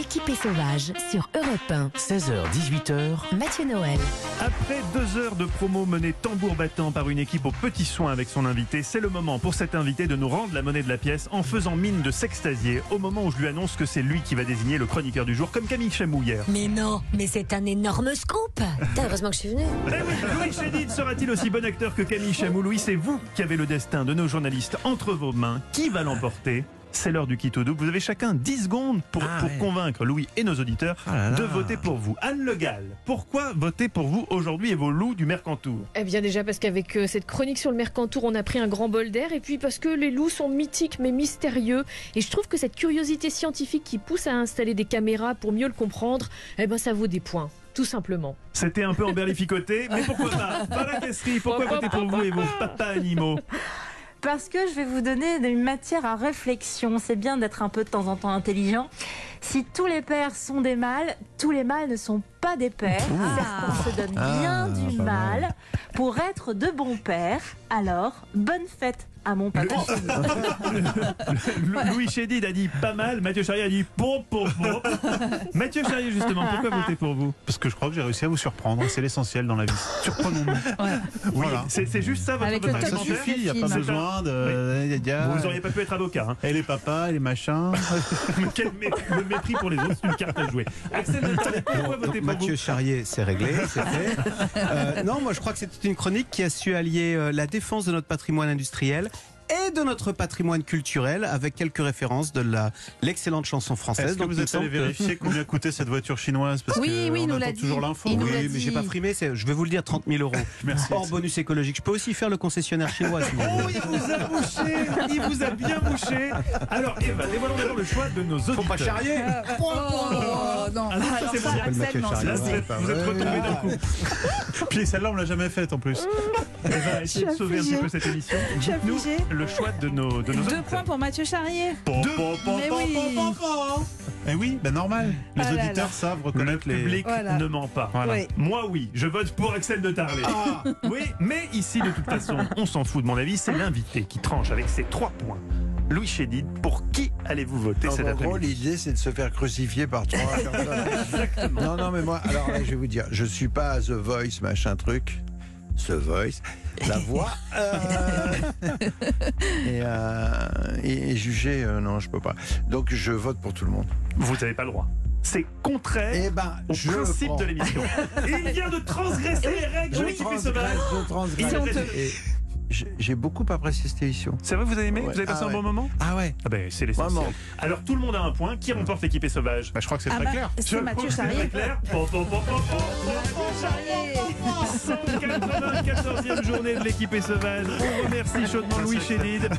Équipé Sauvage sur Europe 1. 16h, 18h. Mathieu Noël. Après deux heures de promo menée tambour battant par une équipe aux petits soins avec son invité, c'est le moment pour cet invité de nous rendre la monnaie de la pièce en faisant mine de s'extasier au moment où je lui annonce que c'est lui qui va désigner le chroniqueur du jour, comme Camille Chamou hier. Mais non, mais c'est un énorme scoop Putain, Heureusement que je suis venue. Eh oui, Louis Chédid sera-t-il aussi bon acteur que Camille Chamou Louis, c'est vous qui avez le destin de nos journalistes entre vos mains. Qui va l'emporter c'est l'heure du quitte au double. Vous avez chacun 10 secondes pour, Ah pour ouais. convaincre Louis et nos auditeurs Ah là là. de voter pour vous. Anne Le Gall, pourquoi voter pour vous aujourd'hui et vos loups du Mercantour Eh bien déjà parce qu'avec euh, cette chronique sur le Mercantour, on a pris un grand bol d'air et puis parce que les loups sont mythiques mais mystérieux et je trouve que cette curiosité scientifique qui pousse à installer des caméras pour mieux le comprendre, eh ben ça vaut des points, tout simplement. C'était un peu emberlificoté, mais pourquoi pas Pas la caisserie, pourquoi voter pour vous et vos papas animaux Parce que je vais vous donner une matière à réflexion. C'est bien d'être un peu de temps en temps intelligent. Si tous les pères sont des mâles, tous les mâles ne sont pas des pères. On se donne Ah, bien du pas mal. mal pour être de bons pères. Alors, bonne fête à mon papa. Lou- Louis Chédid a dit pas mal, Mathieu Charrier a dit pom pom pom. Mathieu Charrier justement, pourquoi voter pour vous Parce que je crois que j'ai réussi à vous surprendre, c'est l'essentiel dans la vie. Surprenons-nous. Voilà. Bah, C'est c'est juste ça votre, Avec votre le Ça top argumentaire du suffit, il n'y a film. pas besoin de. y a- y a- Vous auriez pas pu être avocat. hein. Et les papas, et les machins. Quel mé- le mépris pour les autres, c'est une carte à jouer. Axel Nathan, pourquoi Donc, voter pour Mathieu vous Charrier, c'est réglé, c'est fait. Euh, non, moi je crois que c'était une chronique qui a su allier euh, la défense de notre patrimoine industriel et de notre patrimoine culturel avec quelques références de la- l'excellente chanson française. Est-ce que Donc, vous il me êtes allé semble que- vérifier combien coûtait cette voiture chinoise Parce Oui, que oui, il on nous attend l'a dit. toujours l'info. Il nous Oui, l'a mais dit. j'ai pas frimé, c'est- je vais vous le dire, 30 000 euros. Merci. Hors bonus écologique. Je peux aussi faire le concessionnaire chinois si vous Oh, voulez. il vous a bouché, il vous a bien bouché. Alors, Eva, dévoilons d'abord le choix de nos auditeurs. Faut pas charrier. Oh, non. Ah, non, ça, c'est Alors ça, bon. Axel, non, Là, ça, vous c'est- êtes, vous êtes retombé d'un coup. Puis celle-là, on l'a jamais faite en plus. Eva, essayez de sauver un petit peu cette émission. Dites-nous le choix de nos, de nos Deux auditeurs. points pour Mathieu Charrier. Pom, Deux. pom, pom, Mais pom, oui. pom, pom, pom. Eh oui, ben normal. Les Ah là auditeurs là. savent Le reconnaître les. public Voilà. ne ment pas. Voilà. Oui. Moi, oui, je vote pour Axel de Tarlé. Ah. Oui, mais ici, de toute façon, on s'en fout de mon avis. C'est l'invité qui tranche avec ses trois points. Louis Chédid, pour qui allez-vous voter Non, cet mais en gros, après-midi l'idée, c'est de se faire crucifier par trois personnes. Non, non, mais moi, alors là, je vais vous dire, je suis pas The Voice, machin truc. The Voice, la voix. euh, et, euh, et- et juger, euh, non, je peux pas. Donc, je vote pour tout le monde. Vous n'avez pas le droit. C'est contraire Eh ben, au je le principe prends. de l'émission. Il vient de transgresser les règles de Je l'équipe transgresse, sauvage. je transgresse. C'est honteux. Et j'ai- J'ai beaucoup apprécié cette émission. C'est vrai, vous avez aimé Ouais. Vous avez passé Ah un ouais. bon moment Ah ouais Ah ben, c'est l'essentiel. Vraiment. Alors, tout le monde a un point. Qui remporte l'équipe est sauvage Bah, je crois que c'est Ah, très bah, clair. c'est Mathieu Charrier. Très clair. Pom, pom, pom, pom, pom. Charrier. 194e journée de l'équipe est sauvage. On remercie chaudement Louis Chédid.